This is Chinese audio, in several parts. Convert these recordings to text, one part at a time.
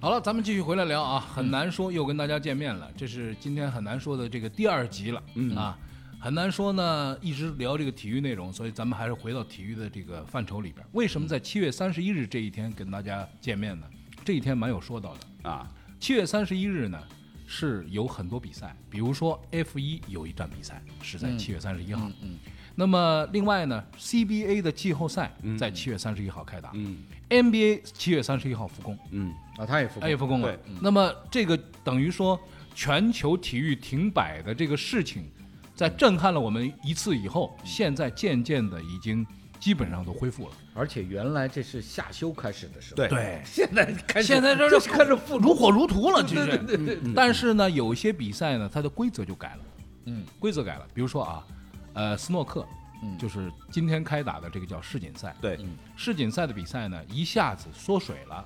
好了，咱们继续回来聊啊，很难说，又跟大家见面了。这是今天很难说的这个第二集了，嗯啊，很难说呢，一直聊这个体育内容，所以咱们还是回到体育的这个范畴里边。为什么在七月三十一日这一天跟大家见面呢？这一天蛮有说道的啊。七月三十一日呢，是有很多比赛，比如说 F 一有一站比赛是在七月三十一号，嗯，那么另外呢，CBA 的季后赛在七月三十一号开打，嗯，NBA 七月三十一号复工，嗯，啊，他也服。哎，复工了对。嗯那么这个等于说，全球体育停摆的这个事情，在震撼了我们一次以嗯后，现在渐渐的已经基本上都恢复了。而且原来这是夏休开始的时候，对对，现在开始现在 这是开始复如火如荼了，其实。嗯但是呢，有一些比赛呢，它的规则就改了。嗯，规则改了，比如说啊，呃，斯诺克，嗯就是今天开打的这个叫世锦赛。对，世锦赛的比赛呢，一下子缩水了。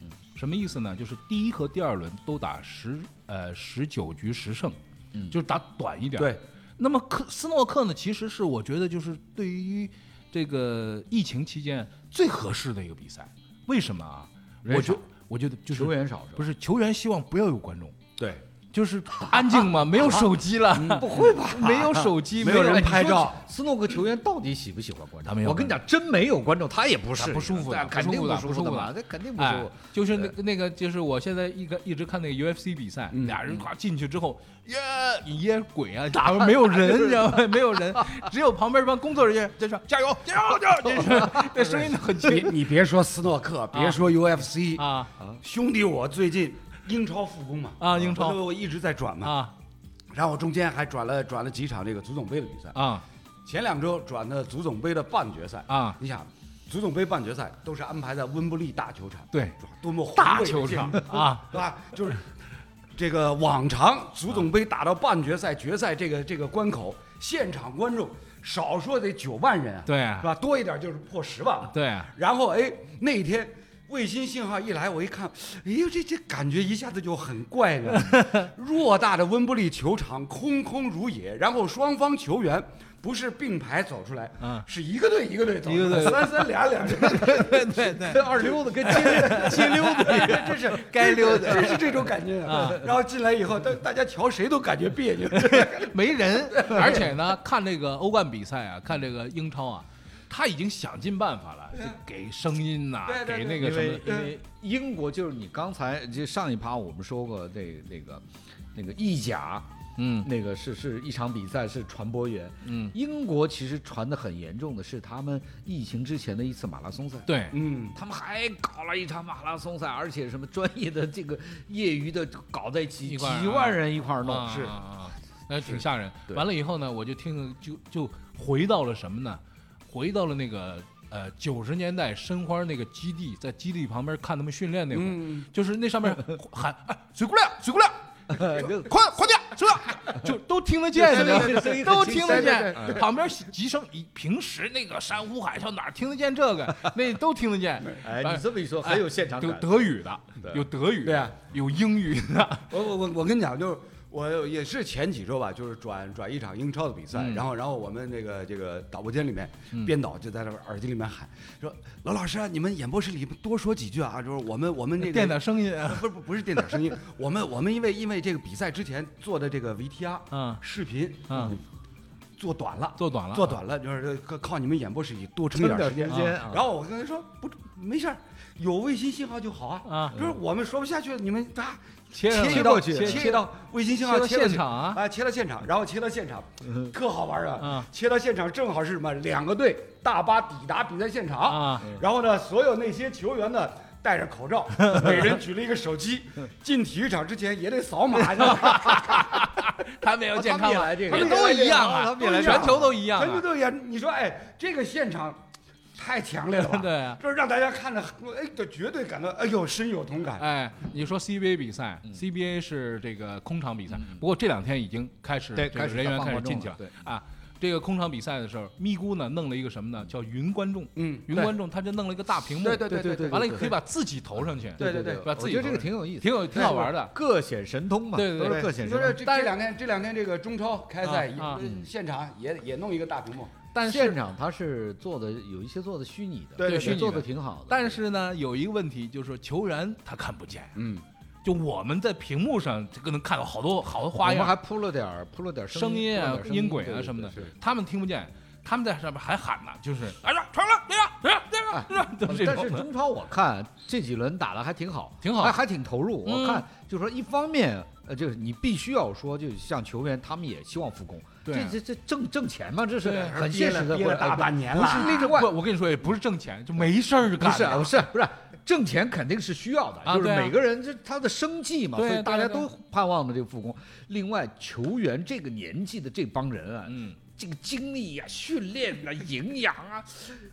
嗯什么意思呢？就是第一和第二轮都打十呃十九局十胜，嗯就是打短一点。对。那么克斯诺克呢，其实是我觉得就是对于这个疫情期间最合适的一个比赛。为什么啊？我觉我觉得就是球员少是吧不是球员希望不要有观众，对，就是安静 嘛，没有手机了，嗯不会吧？ 没啊有手机，没有人拍照，。啊斯诺克球员到底喜不喜欢观众？他没有我跟你讲，真没有观众，他也不是不舒服的对啊肯定不舒服的舒服不舒服嘛，的那肯定不舒哎服。，就是那个那个，就是我现在一个一直看那个 UFC 比赛，嗯俩人夸进去之后，耶，你噎鬼啊，打没有人，你知道吗？没有人，只有旁边一帮工作人员在说加油加油加油， 就是那声音很你轻你别说斯诺啊克，别说 UFC，啊兄弟，我最近英超复工嘛，啊英超我我一直在转嘛，啊然后我中间还转了转了几场这个足总杯的比赛，啊前两周转的足总杯的半决赛啊你想，足总杯半决赛都是安排在温布利大球场，对哇，多么宏大伟的球建场筑啊，对吧？就是这个往常足总杯打到半决赛、决赛这个这个关口，现场观众少说得九万人啊，对啊是吧？多一点就是破十万了。 对啊然后哎，那天卫星信号一来，我一看，哎呦，这这感觉一下子就很怪呢。偌大的温布利球场空空如也，然后双方球员。不是并排走出来，嗯是一个队一个队走，一个队三三俩俩，对对对跟二溜子跟街街溜子一样，真是该溜达真是这种感觉啊然后进来以后，大大家瞧谁都感觉别扭。没人，而且呢，看这个欧冠比赛啊，看这个英超 啊，他已经想尽办法了，就给声音呐、对对给 对那个因什为么，因为英国就是你刚才就上一趴我们说过那那个那个意甲。嗯那个是是一场比赛，是传播员。嗯，英国其实传的很严重的是他们疫情之前的一次马拉松赛。对，嗯，他们还搞了一场马拉松赛，而且什么专业的这个业余的搞在一一起，块儿几万人一块儿弄，啊啊啊啊那挺吓人。对完了以后呢，我就听就就回到了什么呢？回到了那个呃九十年代申花那个基地，在基地旁边看他们训练那会儿，嗯就是那上 面喊哎水过来水过来，快快点 水过来，就都听得见，你知道吗对对对声音很都清听得晰对见。旁边急声，一平时那个山呼海啸哪儿听得见这个？那都听得见。哎，哎你这么一说很有现场有感。德语的，有德语的，对啊有英语的， 我我我我跟你讲，就是我也是前几周吧，就是转转一场英超的比赛，然后然后我们那个这个导播间里面，编导就在那耳机里面喊说：“老老师啊，你们演播室里多说几句啊，就是我们我们这个垫点声音啊。 不不不是电脑声音，我们我们因为因为这个比赛之前做的这个 VTR，嗯视频，嗯，做短了，做短了做短了，就是靠靠你们演播室里多撑一点时间撑点时间啊然后我跟他说不没事儿，有卫星信号就好啊，啊就是我们说不下去，你们啊。切上一切道过去切一道卫星信号，切到切过去现场啊嗯啊，切到现场，然后切到现场，特好玩啊啊！切到现场正好是什么？两个队大巴抵达比赛现场啊，然后呢，所有那些球员呢戴着口罩，每人举了一个手机，进体育场之前也得 扫码， 他没有健康哦他们也码，来这个都一样啊，他们也来这个全球都一样全球啊。？都一样。你说，哎，这个现场太强烈了 吧对啊就是让大家看着，哎，就绝对感到，哎呦，深有同感。哎，你说 CBA 比赛、c 嗯 b a 是这个空场比赛，不过这两天已经开始对这个开始人员放开始观众进去了对啊。这个空场比赛的时候，咪咕呢弄了一个什么呢？叫云观众。嗯云对观众他就弄了一个大屏幕，对对对对对完了对对可以把自己投上去，对对对把自我己投觉得这上个去挺有意思，挺有挺好玩的各显神通嘛，对对对都是各你显说神这通。这但这是两天这两天这个中超开赛啊啊也嗯现场也也弄一个大屏幕，但是现场它是做的有一些做的虚拟的，对对对虚拟的做的挺好的。但是呢，有一个问题就是说球员他看不见，嗯，就我们在屏幕上这个能看到好多好多我花们还样、铺了点儿铺了点儿声音音啊、音轨啊什么的，他们听不见，他们在上面还喊呢，就是哎呀传了，对呀，对呀，对呀，对呀， 就哎但这种是中超我看这几轮打的还挺好，挺好还还挺投入。嗯我看就说一方面，呃，就是你必须要说，就像球员他们也希望复工，对啊这这这挣挣钱嘛，这是对很现实的。憋了大半年不了，是另外不，我跟你说也不是挣钱，就没事儿不干。是啊，不是不是，挣钱肯定是需要的，啊就是对啊每个人这他的生计嘛，对啊所以大对家啊对啊都盼望着这个复工。另外，球员这个年纪的这帮人啊，嗯，这个精力呀、训练啊、营养啊，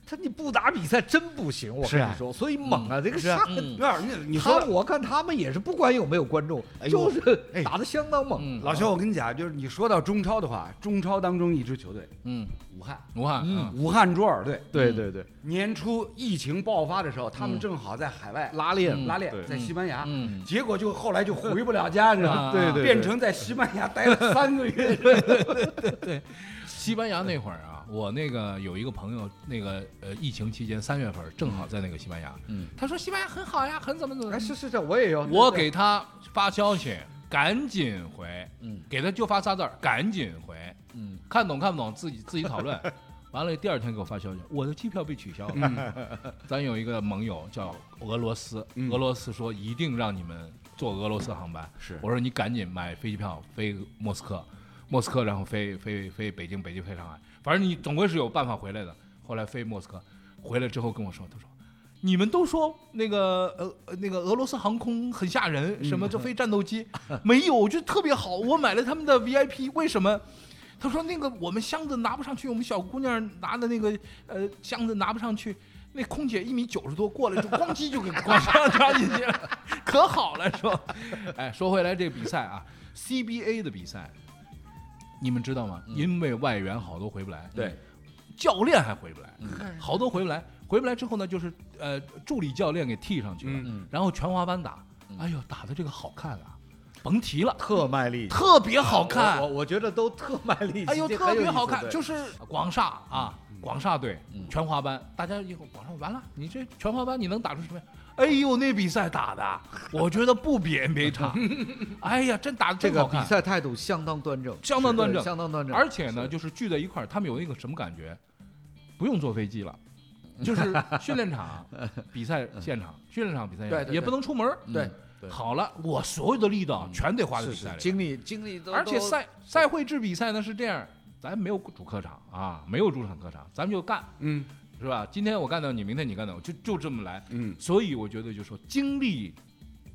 他你不打比赛真不行，我是跟啊你说，所以猛嗯啊，这个上。有点儿那你他说我看他们也是不管有没有观众，哎呦就是哎打得相当猛。嗯老肖，我跟你讲，啊就是你说到中超的话，中超当中一支球队嗯，武汉，啊武汉，嗯，武汉卓尔队嗯对对对，年初疫情爆发的时候，他们正好在海外拉练拉练对，在西班牙嗯，结果就后来就回不了家，你知道吗？对对嗯对变成在西班牙 待了三个月。西班牙那会儿啊，我那个有一个朋友，那个呃，疫情期间三月份正好在那个西班牙，嗯，他说西班牙很好呀，很怎么怎么哎，，是是是，我也有。我给他发消息，赶紧回，嗯，给他就发仨字儿，赶紧回，嗯，看懂看不懂自己自己讨 论。完了，第二天给我发消息，我的机票被取消了。嗯 咱有一个盟友叫俄罗斯，俄罗斯说一定让你们坐俄罗斯航班。是我说你赶紧买飞机票飞莫斯科，莫斯科然后飞飞飞北京，北京飞上海，反正你总归是有办法回来的。后来飞莫斯科，回来之后跟我说，他说你们都说那个呃呃那个俄罗斯航空很吓人，什么这飞战斗机，没有，我觉得特别好，我买了他们的 VIP，为什么？他说那个我们箱子拿不上去，我们小姑娘拿的那个呃箱子拿不上去。那空姐一米九十多过 来就咣叽就给咣上抓进去了，可好了说，哎，说回来这个比赛啊，CBA 的比赛，你们知道吗？嗯因为外援好多回不来，对，教练还回不嗯来，好多回不来。回不来之后呢，就是呃助理教练给替上去了，嗯然后全华班打，哎呦打的这个好看啊，甭提了，嗯特卖力，特别好我看，我我觉得都特卖力。哎呦这特很有意别思好看，对嗯就是广厦啊，广厦队全华班，大家以后广厦完了，你这全华班你能打出什么呀？哎呦，那比赛打的， 我觉得不比 NBA 差。哎呀，真打的这真个好比看，赛态度相当端正，相当端对正，相当端正。而且呢，就是聚在一块儿，他们有一个什么感觉？不用坐飞机 了，就是训练场、比赛现场、训练场、比赛现场对对也不能出门儿。嗯对对好了，我所有的力道全得花在是比是赛里边。精力精力都，而且都赛赛会制比赛呢是这样，咱没有主客场啊，没有主场客场，咱们就干，嗯是吧？今天我干掉你，明天你干掉我，就就这么来。嗯，所以我觉得就说精力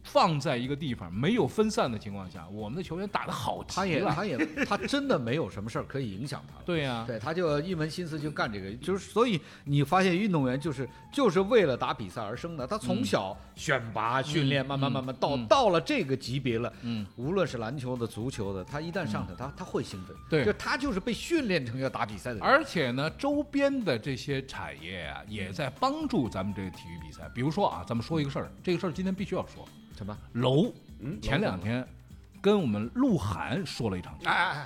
放在一个地方，没有分散的情况下，我们的球员打得好极他也了。他也他真的没有什么事儿可以影响他了。对呀、对，他就一门心思就干这个，就是所以你发现运动员就是就是为了打比赛而生的，他从小选拔、训练，慢慢慢慢到、嗯到了这个级别了，嗯，无论是篮球的、足球的，他一旦上场，他他会兴奋，对就他就是被训练成要打比赛的人，而且呢，周边的这些产业啊，也在帮助咱们这个体育比赛。比如说啊，咱们说一个事儿，这个事儿今天必须要说。什么楼，嗯前两天跟我们鹿晗说了一场球，哎，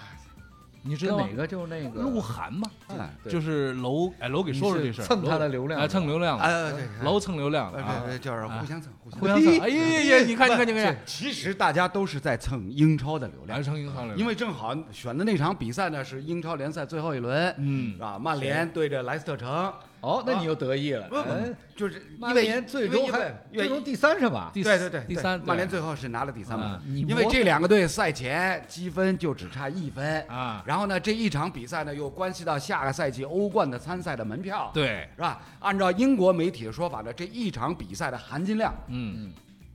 你知跟道吗哪？个就是那个鹿晗嘛，哎对就是楼哎楼给说说这事儿，你是蹭他的流量哎蹭流量嗯了，哎，对，楼蹭流量了啊，对对，就是互相蹭，互相互相蹭，哎呀呀呀，你看你看你看，其实大家都是在蹭英超的流来量，蹭流量了，因为正好选的那场比赛呢是英超联赛最后一轮，嗯是吧？曼联对着莱斯特城，哦，那你又得意了，啊不不嗯哎，就是曼因为联最终还因为最终第三是吧？第对对对，第三曼联最后是拿了第三啊嘛，你因为磨这两个队赛前积分就只差一分啊然后呢，这一场比赛呢又关系到下个赛季欧冠的参赛的门票，，对，是吧？按照英国媒体的说法呢，这一场比赛的含金量嗯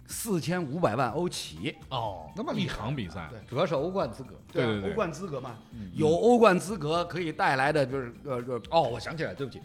四千五百万欧起，哦，那么厉一害场比赛，主要是欧冠资格。对对吧对欧冠嗯资格嘛，有欧冠资格可以带来的就是呃呃哦哦，我想起来，对不起，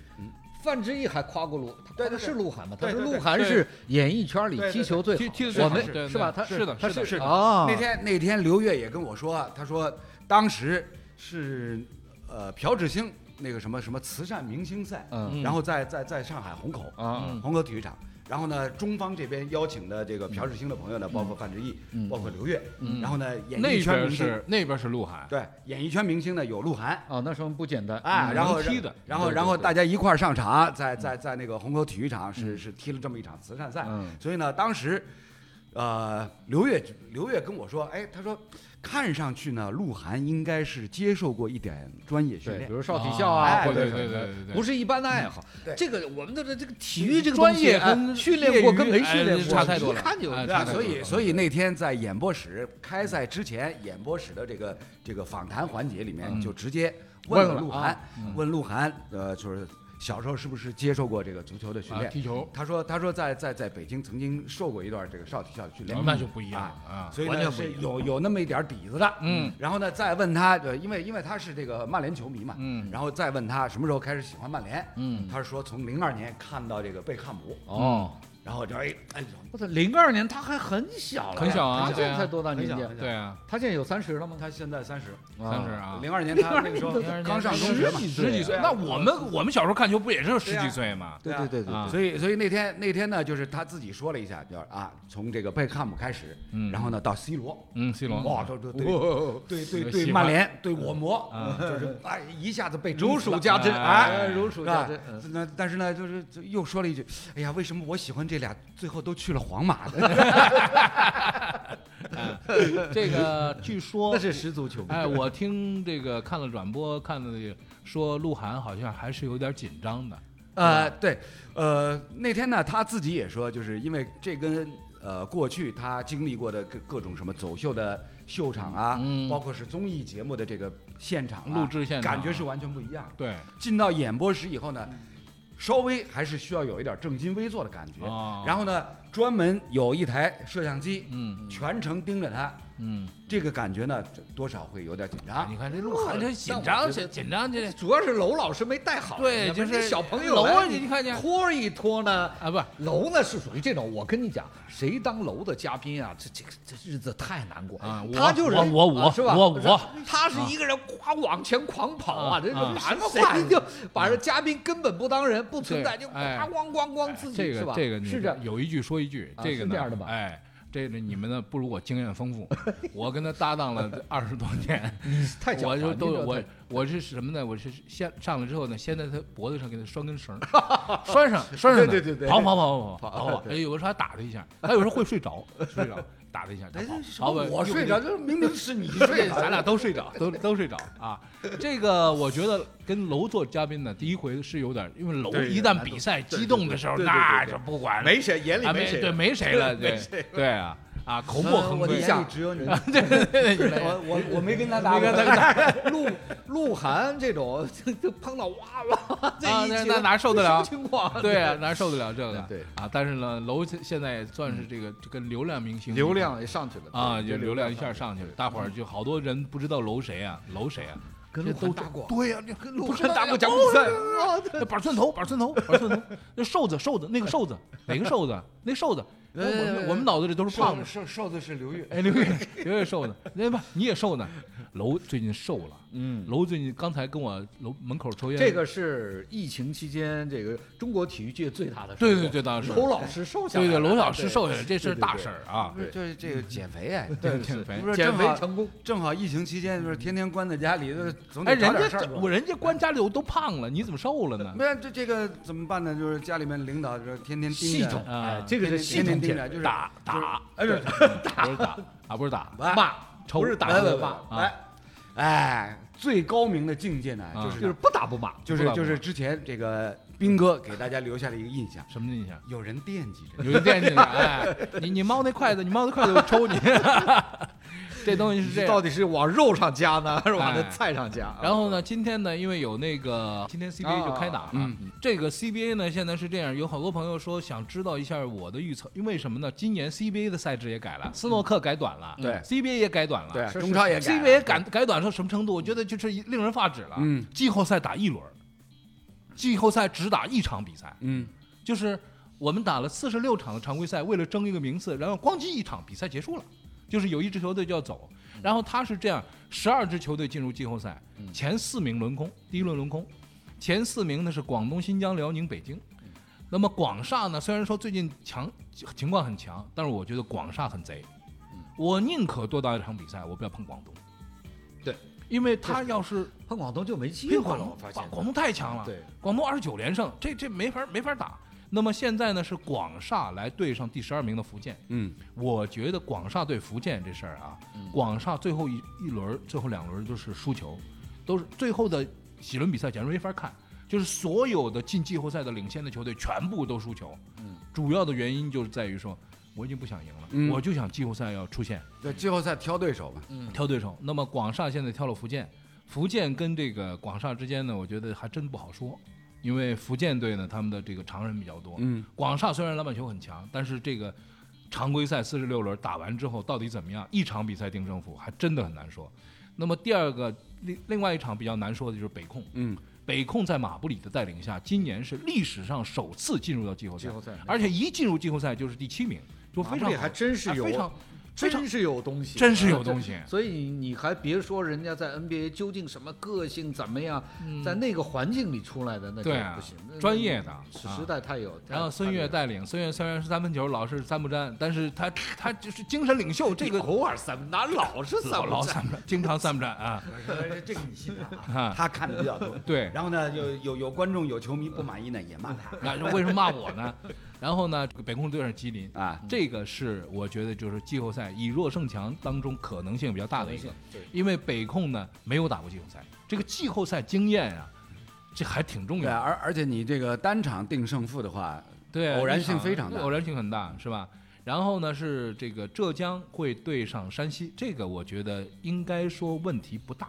范志毅还夸过鹿，他对夸对的对是鹿晗吗？他对说对鹿对晗对是演艺圈里对对踢球最踢好踢得的最好我们是对是吧？对他是的他是的是的啊，那天那天刘越也跟我说，他说当时是呃朴智星那个什么什么慈善明星赛，嗯然后在在在上海虹口啊嗯虹口体育场。然后呢，中方这边邀请的这个朴智星的朋友嗯呢，包括范志毅，包括刘越，然后呢，演那艺圈边明星，是那边是鹿晗，对，演艺圈明星呢有鹿晗，啊，那时候不简单哎，嗯然后能踢的然后对对然后对大家一块儿上场，在在在那个虹口体育场是是踢了这么一场慈善赛嗯，所以呢，当时，呃，刘越刘越跟我说，哎，他说，看上去呢，鹿晗应该是接受过一点专业训对，练比，如少体校啊，哎或者对什对么对的对对对嗯不是一般的爱好对。这个我们的这这个体育这个专东西业哎跟训练过业余跟没哎训练过差太多了一看就哎对差啊，太多所以了所以那天在演播室开赛之前，演播室的这个这个访谈环节里嗯面，就直接问问了了鹿啊晗，问鹿晗，呃，就是小时候是不是接受过这个足球的训啊，练？踢球他说：“他说在在在北京曾经受过一段这个少体校的训练，那就不一样啊，啊，所以完呢全不是一样有有那么一点底子的。嗯，然后呢，再问他，呃因为因为他是这个曼联球迷嘛，嗯然后再问他什么时候开始喜欢曼联，嗯他说从零二年看到这个贝克汉姆，哦，然后就哎哎，我操，零二年他还很小了，很小啊他现对在啊才多大年很小纪啊很？小对啊，他现在有三十了吗？他现在三十，三十啊，零二年他那个时候刚上中学嘛，十几岁，啊那我们我们小时候看球不也是十几岁吗？对对对对啊对，所以，所以那天那天呢，就是他自己说了一下，就是啊，从这个贝克汉姆开始，嗯然后呢到 C 罗，嗯，C 罗，哇，都都对哦对这对个对，喜曼欢联对我魔，就是哎，一下子被如数家珍，哎哎，如数家珍是吧嗯那但是呢，就是就又说了一句，哎呀，为什么我喜欢这俩，最后都去了皇马 的？这个 据说那是十足球迷。哎，我听这个看了转播，看了说鹿晗好像还是有点紧张的，呃，对，呃，那天呢，他自己也说，就是因为这跟呃过去他经历过的各各种什么走秀的秀场啊，嗯包括是综艺节目的这个现场、啊、录制现场感觉是完全不一样的。对，进到演播室以后呢，稍微还是需要有一点正襟危坐的感觉。哦然后呢，专门有一台摄像机，嗯全程盯着他，嗯，哎这个感觉呢，这多少会有点紧张你。看这鹿晗这紧张，这紧张这主要是楼老师没带好，对你知道吗就是你小朋友楼啊来你看见拖一拖呢，啊不是。楼呢是属于这种，我跟你讲，谁当楼的嘉宾啊，这这个这日子太难过啊我他就是我我我啊是吧？我我他是一个人夸往前狂跑啊，啊这啊种什么话谁就把这嘉宾根本不当人，不存在，对就哎咣咣咣咣自己这是个吧？这个你是这样，有一句说一句，啊这个是呢这样的吧哎，这个你们呢不如我经验丰富， 我跟他搭档了二十多年，太狡猾我就了都你这我太我是什么呢？我是先上来之后呢，先在他脖子上给他拴根绳儿， 拴上拴上他，对对对对跑跑跑跑跑跑跑，哎，有时候还打他一下，他有时候会睡 着，睡着打他一下，哎他跑跑跑我睡着，就是明明是你睡 对，着，咱俩都睡着，都都睡着啊。这个我觉得跟楼做嘉宾呢，第一回是有点，因为楼对一旦比赛激动的时候，对对对那对就不管了，没谁眼里啊没谁对，了没谁了，对对啊啊，口沫呃横我的飞， 眼里只有你。对对 对对对，我我我没跟他搭过， 鹿鹿晗这种，就就碰到哇哇，这啊一那群那哪受得了什么情况？ 对啊，哪受得了这个？对啊，但是呢，楼现在也算是这个这个流量明星，流量也上去了啊，对就这流量一上去下了上去了，大伙儿就好多人不知道楼谁啊，楼谁啊，跟这鹿晗都搭过，对呀，你跟不鹿知道晗搭过呀讲比哦赛对啊，对那板寸头，板寸头，板寸头，那瘦子，瘦子，那个瘦子，哪个瘦子？啊那瘦子，我我们我们脑子里都是胖子。瘦瘦瘦子是刘越，哎，刘越，刘越瘦呢？那不，你也瘦呢？楼最近瘦了，嗯。楼最近刚才跟我楼门口抽烟，这个是疫情期间这个中国体育界最大的对收对获对，当时娄老师瘦下来对了，对，楼老师瘦下来，对这事儿对对大对事儿啊，不是就是这个减肥哎，对减肥不是减正肥好成功。正好疫情期间就是天天关在家里，就是总哎，得找人点事家儿这我做。人家关家里头都胖了，你怎么瘦了呢？那这这个怎么办呢？就是家里面领导就是天天盯系着，统，啊哎，这个是系天统天盯减着，就是打打，哎，不是 打，不是打啊，不是打，喂骂，仇不是打来不来骂，啊来，哎，最高明的境界呢，啊就是就是不打不骂。就不是打不就是之前这个斌哥给大家留下了一个印象，什么印象？有人惦记着。有一惦记着，哎，你你猫那筷子，你猫那筷子我抽你， 这东西是这你到样。底是往肉上加呢，还是往那哎菜上加？啊然后呢，今天呢，因为有那个今天 CBA 就开打了，嗯这个 CBA 呢现在是这样，有好多朋友说想知道一下我的预测，因为什么呢？今年 CBA 的赛制也改了，斯诺克改短了，嗯对，CBA 也改短了，对，是中超也改了，CBA 改改短到什么程度？我觉得就是令人发指了。嗯季后赛打一轮，季后赛只打一场比赛，嗯，就是我们打了四十六场的常规赛，为了争一个名次，然后咣叽一场比赛结束了，就是有一支球队就要走。然后他是这样，十二支球队进入季后赛，前四名轮空，第一轮轮空，前四名呢是广东、新疆、辽宁、北京。那么广厦呢，虽然说最近强情况很强，但是我觉得广厦很贼，我宁可多打一场比赛，我不要碰广东。对，因为他要是碰广东就没机因为会广了，东我发广现。广东太强了，对，广东二十九连胜，这这没法没法打。那么现在呢是广厦来对上第十二名的福建，嗯，我觉得广厦对福建这事儿啊，广厦最后一一轮儿、最后两轮儿都是输球，都是最后的几轮比赛简直没法看，就是所有的进季后赛的领先的球队全部都输球，嗯，主要的原因就是在于说我已经不想赢了，嗯我就想季后赛要出现，对，季后赛挑对手嘛，挑对手。那么广厦现在挑了福建，福建跟这个广厦之间呢，我觉得还真不好说，因为福建队呢他们的这个常人比较多，嗯，广厦虽然篮板球很强，但是这个常规赛四十六轮打完之后到底怎么样，一场比赛定胜负还真的很难说。那么第二个另另外一场比较难说的就是北控，嗯，北控在马布里的带领下，今年是历史上首次进入到季后赛，季后赛而且一进入季后赛就是第七名，就非马布常啊里还真是有非常非常真是有东西，真是有东西啊所以你还别说人家在 NBA 究竟什么个性怎么样，在那个环境里出来的那就嗯对啊不行，那嗯专业的时啊时代太有。太然后孙悦，带领，孙悦虽然是三分球老是三不沾，但是他他就是精神领袖，这太有个偶尔三分，哪老是三老分老战三不沾，经常三不沾啊这个你信他啊！他看的比较多。对，然后呢，有有有观众有球迷不满意呢，也骂他那为什么骂我呢？然后呢，这个北控对上吉林，啊，这个是我觉得就是季后赛以弱胜强当中可能性比较大的一个，对因为北控呢没有打过季后赛，这个季后赛经验啊，这还挺重要对，啊的。而而且你这个单场定胜负的话，对，偶然性一场非常大偶然性很大，是吧？然后呢，是这个浙江会对上山西，这个我觉得应该说问题不大。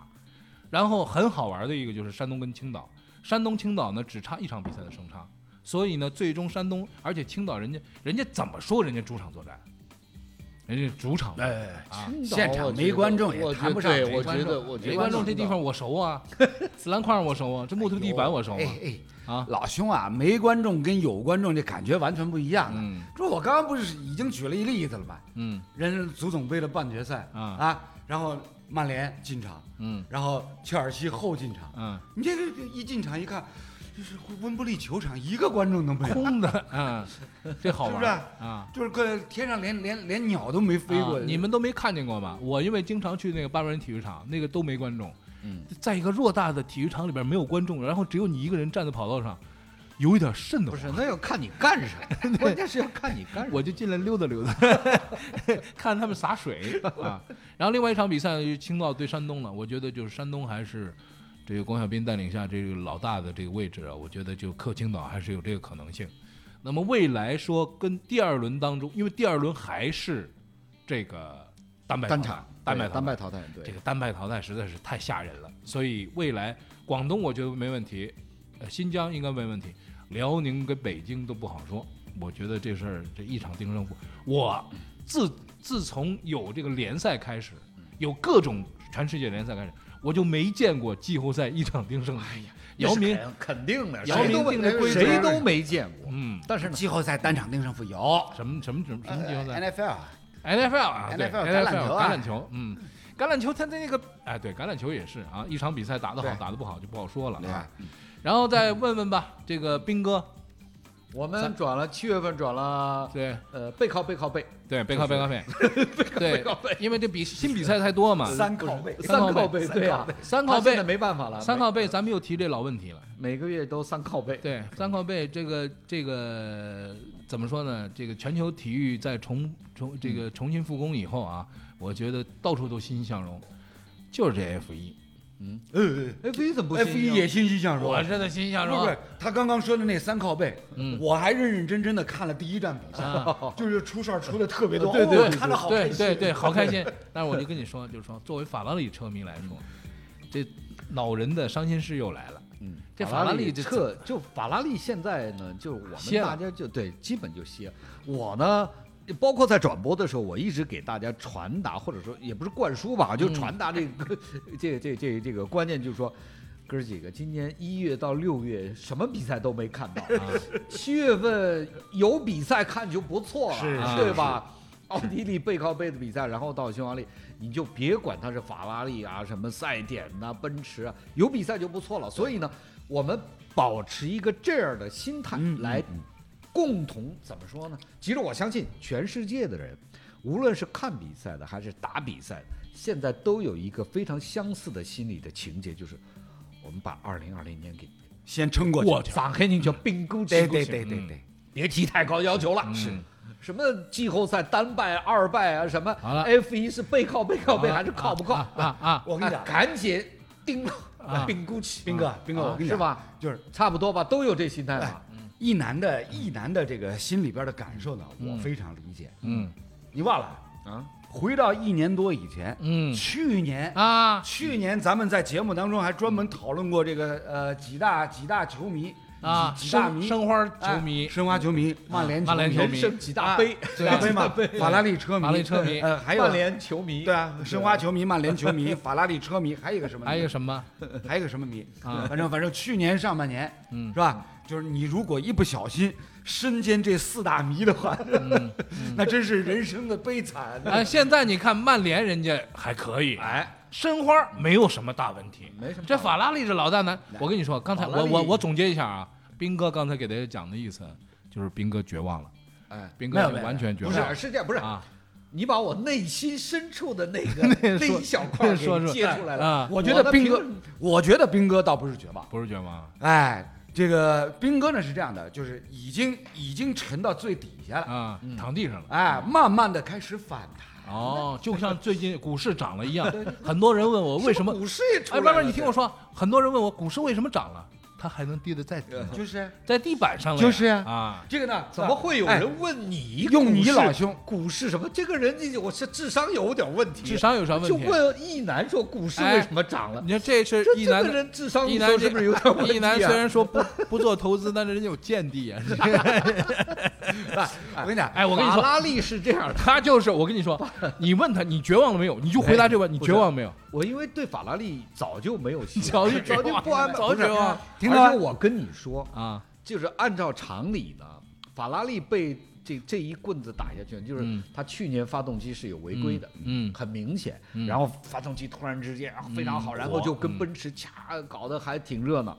然后很好玩的一个就是山东跟青岛，山东青岛呢只差一场比赛的胜差，所以呢，最终山东，而且青岛人家人家怎么说人家主场作战，人家主场作战哎，啊，青岛现场我觉没得观众也我觉谈不得上对，没我观觉得众我觉得没观众这地方我熟 啊，紫兰块我熟啊，这木头地板我熟啊哎，哎啊老兄啊，没观众跟有观众这感觉完全不一样啊。嗯这我刚刚不是已经举了一例子了吗？嗯人足总杯的半决赛啊然后曼联进场，嗯然后切尔西后进场，嗯，你这个一进场一看，这是温布利球场一个观众都没有，空 的，嗯，这好玩是不是啊？就是个天上连连连鸟都没飞过。啊你们都没看见过吗？我因为经常去那个八百人体育场，那个都没观众。嗯，在一个偌大的体育场里边没有观众，然后只有你一个人站在跑道上，有一点瘆得不慌。是，那要看你干什 么，关键是要看你干什么。我就进来溜达溜达， 看他们洒水啊。然后另外一场比赛就是青岛对山东了，我觉得就是山东还是这个龚小斌带领下这个老大的这个位置啊，我觉得就克青岛还是有这个可能性。那么未来说跟第二轮当中，因为第二轮还是这个单败单淘汰场单败对淘汰单败淘汰，这对个单败淘汰实在是太吓人了。所以未来广东我觉得没问题，呃，新疆应该没问题，辽宁跟北京都不好说。我觉得这事儿这一场定胜负，我自自从有这个联赛开始，嗯有各种全世界联赛开始，我就没见过季后赛一场定胜负。哎呀，姚明，肯定的，姚谁明都定的规则谁都没见过。嗯，但是呢，季后赛单场定胜负有呃什么什么什么什么季后赛？ NFL NFL 啊，对 NFL 橄橄榄球啊橄榄球，嗯，橄榄球它的那个，哎，对，橄榄球也是啊，一场比赛打得好，对打得不好就不好说了对啊。然后再问问吧，这个斌哥，我们转了七月份转了，对呃，背靠背靠背，对，背靠背靠 背，对，因为这比新比赛太多嘛，三靠背， 三靠背靠背，对啊，三靠他现在背，没办法了，三靠背，咱们又提这老问题了。每每个月都三靠背，对，三靠背这个这个怎么说呢？这个全球体育在重重这个重新复工以后啊，我觉得到处都欣欣向荣，就是这 F 一，呃哎，F 一怎么不，F 一也欣欣向荣。我真的欣欣向荣不啊。是，他刚刚说的那三靠背，嗯我还认认真真的看了第一站比啊赛，就是出事儿出的特别多，对对哦对看的好对开心，对对，好开心。但是我就跟你说，就是说，作为法拉利车迷来说，这恼人的伤心事又来了。嗯，这法拉利这撤，就法拉利现在呢，就是我们歇了大家就对，基本就歇。我呢，包括在转播的时候，我一直给大家嗯 传达，或者说也不是灌输吧，就传达这个、这这这这个观念，就是说。哥儿几个今年一月到六月什么比赛都没看到， 七月份有比赛看就不错了，啊是对吧？奥地利背靠背的比赛，然后到匈牙利，你就别管它是法拉利啊、什么赛点呐、奔驰啊，有比赛就不错了。所以呢，我们保持一个这样的心态嗯来共同怎么说呢？其实我相信全世界的人，无论是看比赛的还是打比赛的，现在都有一个非常相似的心理的情节，就是我们把2020年给先撑过去。我上海人叫冰沟对对对对对，嗯嗯别提太高要求了，是。什么季后赛单败、二败啊？什么好了 F 一是背靠背靠背还是靠不靠？啊啊！我跟你讲，赶紧盯了冰沟起，斌哥，斌哥，我跟你是啊讲，吧？就是哎差不多吧，都有这心哎态吧。嗯一男的，一男的这个心里边的感受呢，我非常理解。嗯你忘了，啊，回到一年多以前，嗯去年啊去年咱们在节目当中还专门讨论过这个呃几大几大球迷啊！几几大申迷申花哎球迷，嗯申花球迷、曼联曼联球迷人生生几大杯，几大杯嘛，法拉利车迷、法拉利车迷呃啊还有曼联球迷对啊，申花球迷、曼联球迷、法拉利车迷，还有一个什么迷？还有什么？ 还有个什么迷啊反正反正去年上半年，嗯是吧？就是你如果一不小心身兼这四大迷的话， 那真是人生的悲惨。哎，现在你看曼联人家还可以，哎，申花没有什么大问题，没什么这法拉利是老大难。我跟你说，刚才法拉我利我我总结一下啊，斌哥刚才给大家讲的意思就是斌哥绝望了，哎，斌没哥有没有完全绝不望是，是这样，不是啊你把我内心深处的那个那一小块 那说给说揭出来啊了。我觉得的斌评哥论，我觉得斌哥倒不是绝望。不是绝望哎，这个斌哥呢是这样的，就是已经已经沉到最底下了，啊，躺地上了。哎，慢慢的开始反弹。哦，就像最近股市涨了一样，很多人问我为什么股市也出来哎，了？不是，你听我说，很多人问我股市为什么涨了，它还能跌得再低吗，就是在地板上了呀，就是呀啊，这个呢，怎么会有哎人问你？用你股市老兄股市什么？这个人，你我是智商有点问题。智商有啥问题哎就问一男说股市为什么涨了？你看这是这一这男个的。人智商，一你男说是不是有点问 题啊？一男虽然说不不做投资，但是人家有见地啊。我跟你讲，哎，我跟你法说，拉利是这样的。他就是我跟你说，你问他你绝望了没有，你就回答这问，你不绝是望没有？我因为对法拉利早就没有希早望，就绝早就望不安，早就绝啊望听到而且我跟你说，啊，就是按照常理呢，法拉利被这这一棍子打下去，就是嗯它去年发动机是有违规的，嗯很明显嗯。然后发动机突然之间啊非常好，然后就跟奔驰掐搞得还挺热闹，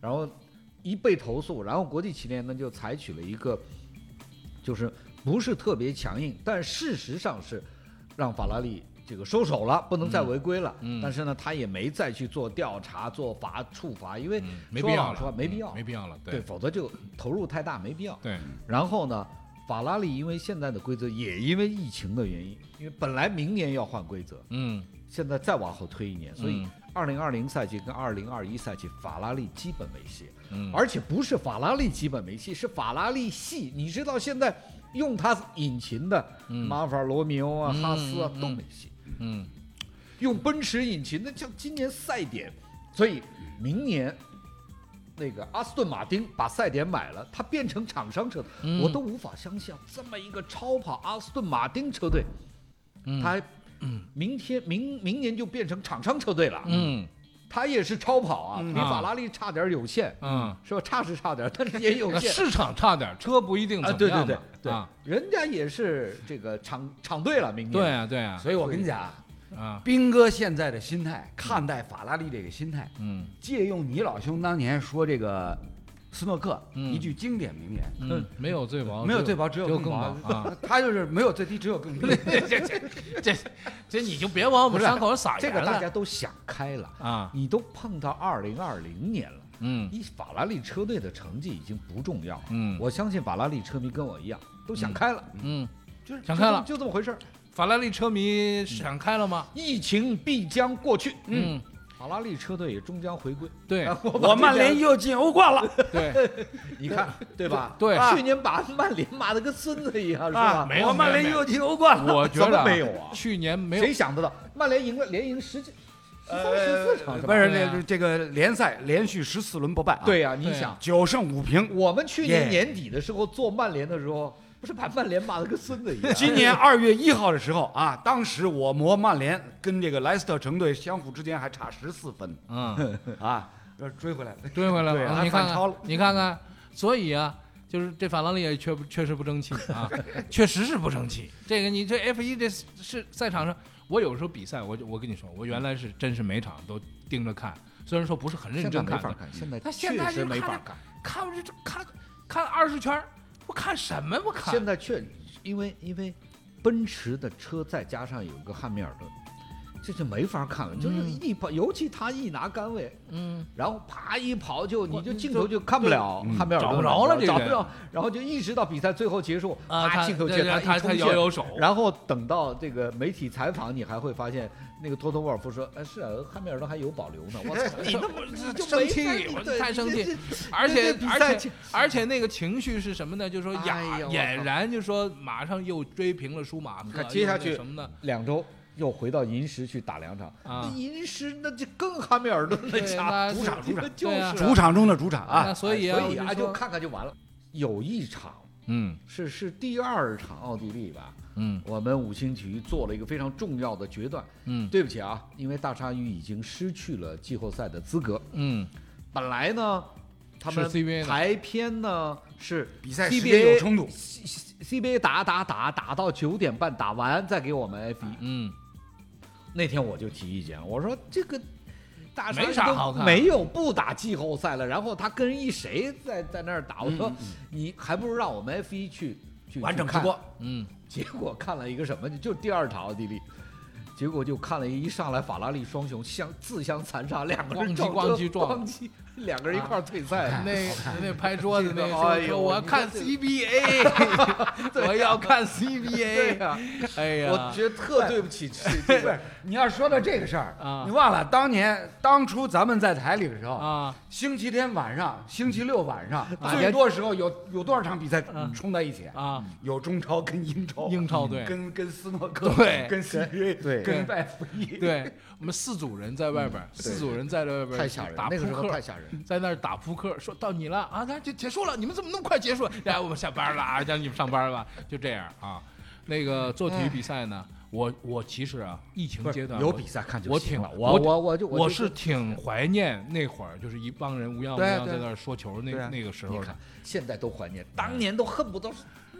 然后一被投诉，然后国际汽联呢就采取了一个，就是不是特别强硬，但事实上是让法拉利。这个收手了，不能再违规了。嗯但是呢，他也没再去做调查、做罚处罚，因为嗯没说必老要实话了，没必嗯要，没必要了，对，否则就投入太大没必要。对，然后呢，法拉利因为现在的规则，也因为疫情的原因，因为本来明年要换规则，嗯现在再往后推一年，所以嗯二零二零赛季跟二零二一赛季法拉利基本没戏，嗯而且不是法拉利基本没戏，是法拉利系。你知道现在用它引擎的马法罗密欧啊、嗯哈斯啊嗯都没戏，嗯用奔驰引擎的像今年赛点，所以明年。那个阿斯顿马丁把赛点买了，它变成厂商车，嗯我都无法相信这么一个超跑阿斯顿马丁车队，嗯它明天明明年就变成厂商车队了。，嗯它也是超跑啊，比啊法拉利差点有限，嗯，是吧？差是差点，但是 也有那限。市场差点，车不一定啊，怎对么对样对嘛对啊，，人家也是这个厂厂队了，明年。对啊对啊所以我跟你讲，啊，斌哥现在的心态，看待法拉利这个心态，嗯借用你老兄当年说这个斯诺克嗯一句经典名言，嗯，没有最薄，没有最薄，哦只有有更薄薄 啊。他就是没有最低，只有 更低。这这你就别往我们伤口上撒这盐个大了家都想开了啊你都碰到二零二零年了，嗯你法拉利车队的成绩已经不重要了。嗯我相信法拉利车迷跟我一样，都想开了，嗯，就是想开了就这么就这么回事儿。法拉利车迷想开了吗？疫情必将过去，嗯，法拉利车队也终将回归。对啊把我曼这联两，又进欧冠了， 对，你看对吧？对去年把曼联骂的跟孙子一样，是啊吧？没有我曼联又进欧冠了。我觉得怎啊么没有啊去年没有谁想得到曼联赢了，连赢十几、十 三、十四场，呃不是对啊这这个联赛连续十四轮不败，对，呀，对你啊想，九胜五平。我们去 Yeah 年年底的时候做曼联的时候，不是把曼联骂的跟孙 子一样？今年二月一号的时候啊，当时我磨曼联跟这个莱斯特城队相互之间还差十四分 嗯，啊，然后追回来了。追回来对了，啊还你看反超看了，你看看，所以啊，就是这法拉利也确不确实不争气 啊，确实是不争气。这个你这 F 一这是是赛场上，我有时候比赛，我就我跟你说，我原来是真是每场都盯着看，虽然说不是很认现在真没看法的，看，现在他现在确实就没看法着看。看我这这看看二十圈儿，我看什么不看？现在确，因为因为奔驰的车再加上有一个汉密尔顿，这就没法看了。就是一跑，尤其他一拿杆位，嗯，然后啪一跑就你我就镜头就看不了汉密尔顿，找不着了这个找人不着，然后就一直到比赛最后结束，啊，啪他镜头对切对他他一他冲摇线。摇手，然后等到这个媒体采访，你还会发现那个托托沃尔夫说：“哎，是啊，汉密尔顿还有保留呢。”我操，你那么你就生没气法儿你我对太你生这气 这而且这比赛而且情而且那个情绪是什么呢？就是说哑、哎呀我俨靠然就说马上又追平了舒马赫，你看接下去又那什么呢？两周又回到银石去打两场，啊那银石那就更汉密尔顿了对家那主场是主场就对是啊 啊主场中的主场啊那，所以啊，所以我啊就就说看看就完了。有一场嗯是是第二场奥地利吧，嗯我们五星体育做了一个非常重要的决断。嗯对不起啊，因为大鲨鱼已经失去了季后赛的资格。嗯本来呢，他们是 CBA 的排片呢是比赛时 CBA 间有冲突 C- C-，CBA 打打打打到九点半打完再给我们 F 一。嗯，那天我就提意见，我说这个大鲨鱼没啥都好看没有不打季后赛了，然后他跟一谁在在那儿打，我嗯说你还不如让我们 F 一去去完整直去看播。嗯结果看了一个什么，就第二场奥地利，结果就看了一上来法拉利双雄相自相残杀，两个人撞车咣叽咣叽撞哎咣叽，两个人一块儿退赛。那那拍桌子那这个说 哎呦说我我看这 CBA，啊我要看对啊 CBA，呀、哎呀，我觉得特对不起这不个 是，你要说到这个事儿啊你忘了当年当初咱们在台里的时候，啊，星期天晚上、星期六晚上，大家最多时候有有多少场比赛冲在一起啊？有中超跟英超，英超队跟跟斯诺克，对跟 CBA，对跟 F 一，对我们四组人在外边儿，四组人在外边儿嗯太吓人打了，那个扑时候克太吓人了。在那儿打扑克，说到你了啊，那就结束了，你们怎么那么快结束？ 来，我们下班了啊，让你们上班吧，就这样啊。那个做体育比赛呢，我我其实啊，疫情阶段有我比赛看就我行挺了。我我我就我就是挺怀念那会儿，就是一帮人无恙无对啊恙对在啊那儿说球那对啊那个时你候的看，现在都怀念，当年都恨不得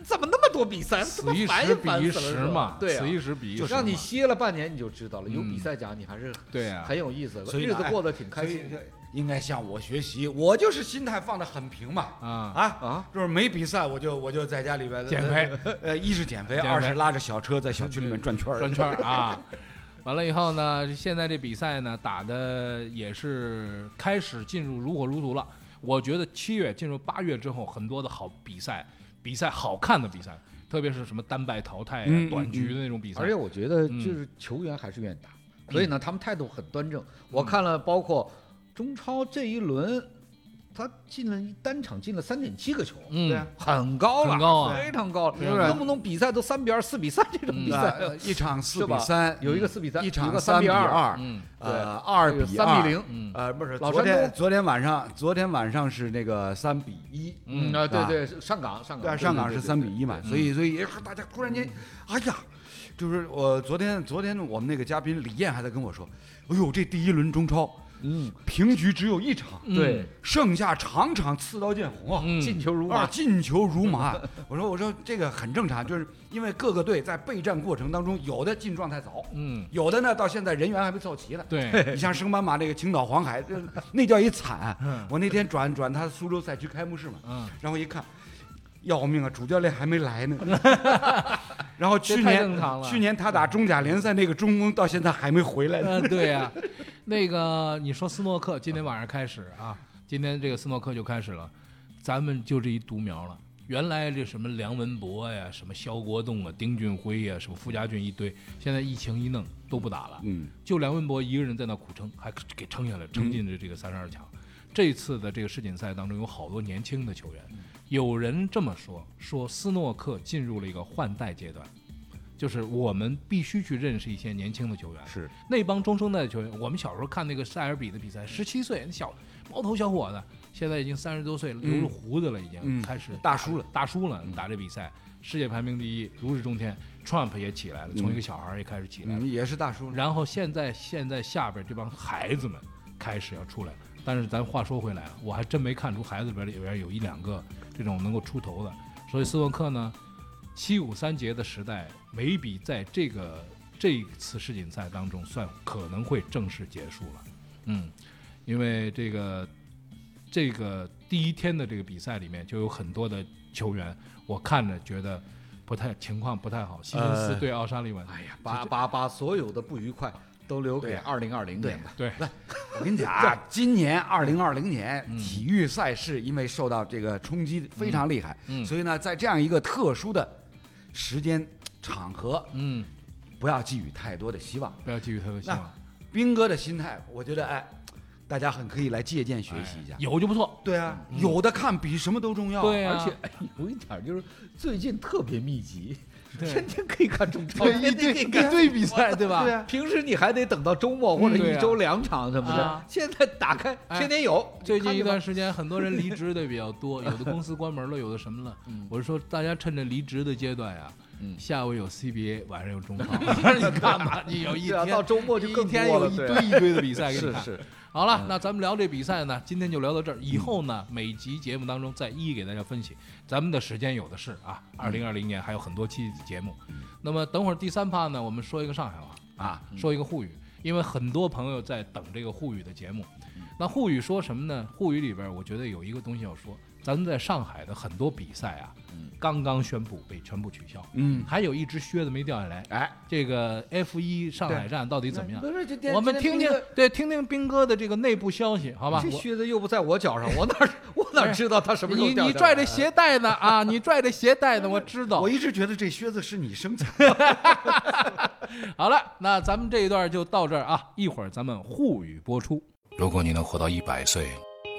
怎么那么多比赛，此一时彼一时嘛，对啊此一时彼一时嘛，让你歇了半年你就知道了，有嗯比赛讲你还是对啊很有意思，所以日呢哎子过得挺开所心以的。这应该向我学习，我就是心态放得很平嘛。啊啊啊！就是没比赛，我就我就在家里边减肥，呃，一是减肥，减肥二是拉着小车在小区里面转圈儿转圈儿啊。完了以后呢，现在这比赛呢打的也是开始进入如火如荼了。我觉得七月进入八月之后，很多的好比赛，比赛好看的比赛，特别是什么单败淘汰啊、嗯嗯短局的那种比赛，而且我觉得就嗯是球员还是愿意打，所以呢，他们态度很端正。我看了，包括中超这一轮，他进了一单场进了三点七个球，嗯对啊，很高了，很高啊非常高了，非常高动不动比赛都三比二、四比三这种比对赛，呃一场四是比吧三，有一个四比三，一有一场个三比二，二，嗯呃，二有比三比二零，嗯呃，不是，老昨山天东昨天晚上，昨天晚上是那个三比一，嗯啊，对对，上港上对啊，港上港是三比一嘛，对所以所以哎大家突然间，哎呀，就是我昨天昨天我们那个嘉宾李艳还在跟我说，哎呦，这第一轮中超嗯，平局只有一场，对，剩下场场刺刀见红啊，嗯进球如啊，麻，进球如 麻。我说我说这个很正常，就是因为各个队在备战过程当中，有的进状态早，嗯，有的呢到现在人员还没凑齐呢。对， 你像升班马那个青岛黄海，这那叫一惨。我那天转转他苏州赛区开幕式嘛，嗯，然后一看，要命啊，主教练还没来 呢。然后去这太年正常了嗯去年他打中甲联赛那个中锋到现在还没回来呢。呃，对呀、那个你说斯诺克今天晚上开始啊，今天这个斯诺克就开始了，咱们就这一独苗了。原来这什么梁文博呀，什么肖国栋啊、丁俊晖呀，什么傅家俊一堆，现在疫情一弄都不打了，嗯，就梁文博一个人在那苦撑，还给撑下来，撑进嗯了这个三十二强。这次的这个世锦赛当中，有好多年轻的球员，嗯有人这么说，说斯诺克进入了一个换代阶段，就是我们必须去认识一些年轻的球员。是嗯那帮中生代的球员，我们小时候看那个塞尔比的比赛，十七岁那小毛头小伙子，现在已经三十多岁，留着胡子了，已经、嗯开始大叔了，嗯大叔了，打这比赛，世界排名第一，如日中天。Trump 也起嗯来了，从一个小孩儿也开始起来了。嗯，也是大叔了。然后现在现在下边这帮孩子们开始要出来，但是咱话说回来啊，我还真没看出孩子里边里边有一两个这种能够出头的。所以斯诺克呢，七五三节的时代，眉笔在这个这次世锦赛当中算可能会正式结束了。嗯，因为这个这个第一天的这个比赛里面就有很多的球员，我看着觉得不太情况不太好。希金斯呃对奥沙利文，哎呀，把把把所有的不愉快都留给二零二零年吧。对，我跟你讲啊，今年二零二零年体育赛事因为受到这个冲击非常厉害，嗯所以呢，在这样一个特殊的时间场合，嗯，不要寄予太多的希望。不要寄予太多希那望。斌哥的心态，我觉得哎，大家很可以来借鉴学习一下。有就不错。对啊，有的看比什么都重要。对呀、而且、哎有一点儿就是最近特别密集，对天天可以看中超，对天一对天可以一看。对比赛，对吧？对啊，平时你还得等到周末或者嗯对一啊周两场什么的啊，现在打开哎天天有。最近看一着吧段时间，很多人离职的比较多，有的公司关门了，有的什么了。我是说，大家趁着离职的阶段呀、下午有 CBA，晚上有中超，嗯 你看吧，你有一对啊天到周末就更一天多有了一对啊堆一堆的比赛给你是看。是，好嗯了，那咱们聊这比赛呢，今天就聊到这儿。以后呢，每集节目当中再一一给大家分析。咱们的时间有的是啊，二零二零年还有很多期节目。那么等会儿第三趴呢，我们说一个上海话啊，嗯说一个沪语，因为很多朋友在等这个沪语的节目。那沪语说什么呢？沪语里边，我觉得有一个东西要说，咱们在上海的很多比赛啊，刚刚宣布被全部取消，嗯，还有一只靴子没掉下来。哎，这个 F 一上海站到底怎么样？不是这电我们这听那听个对听听兵哥的这个内部消息，好吧？这我靴子又不在我脚上，我哪儿我哪儿知道他什么时候你掉你下拽来着鞋带呢啊！你拽着鞋带呢，我知道我。一直觉得这靴子是你生产。好了，那咱们这一段就到这儿啊，一会儿咱们沪语播出。如果你能活到一百岁，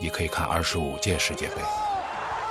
你可以看二十五届世界杯。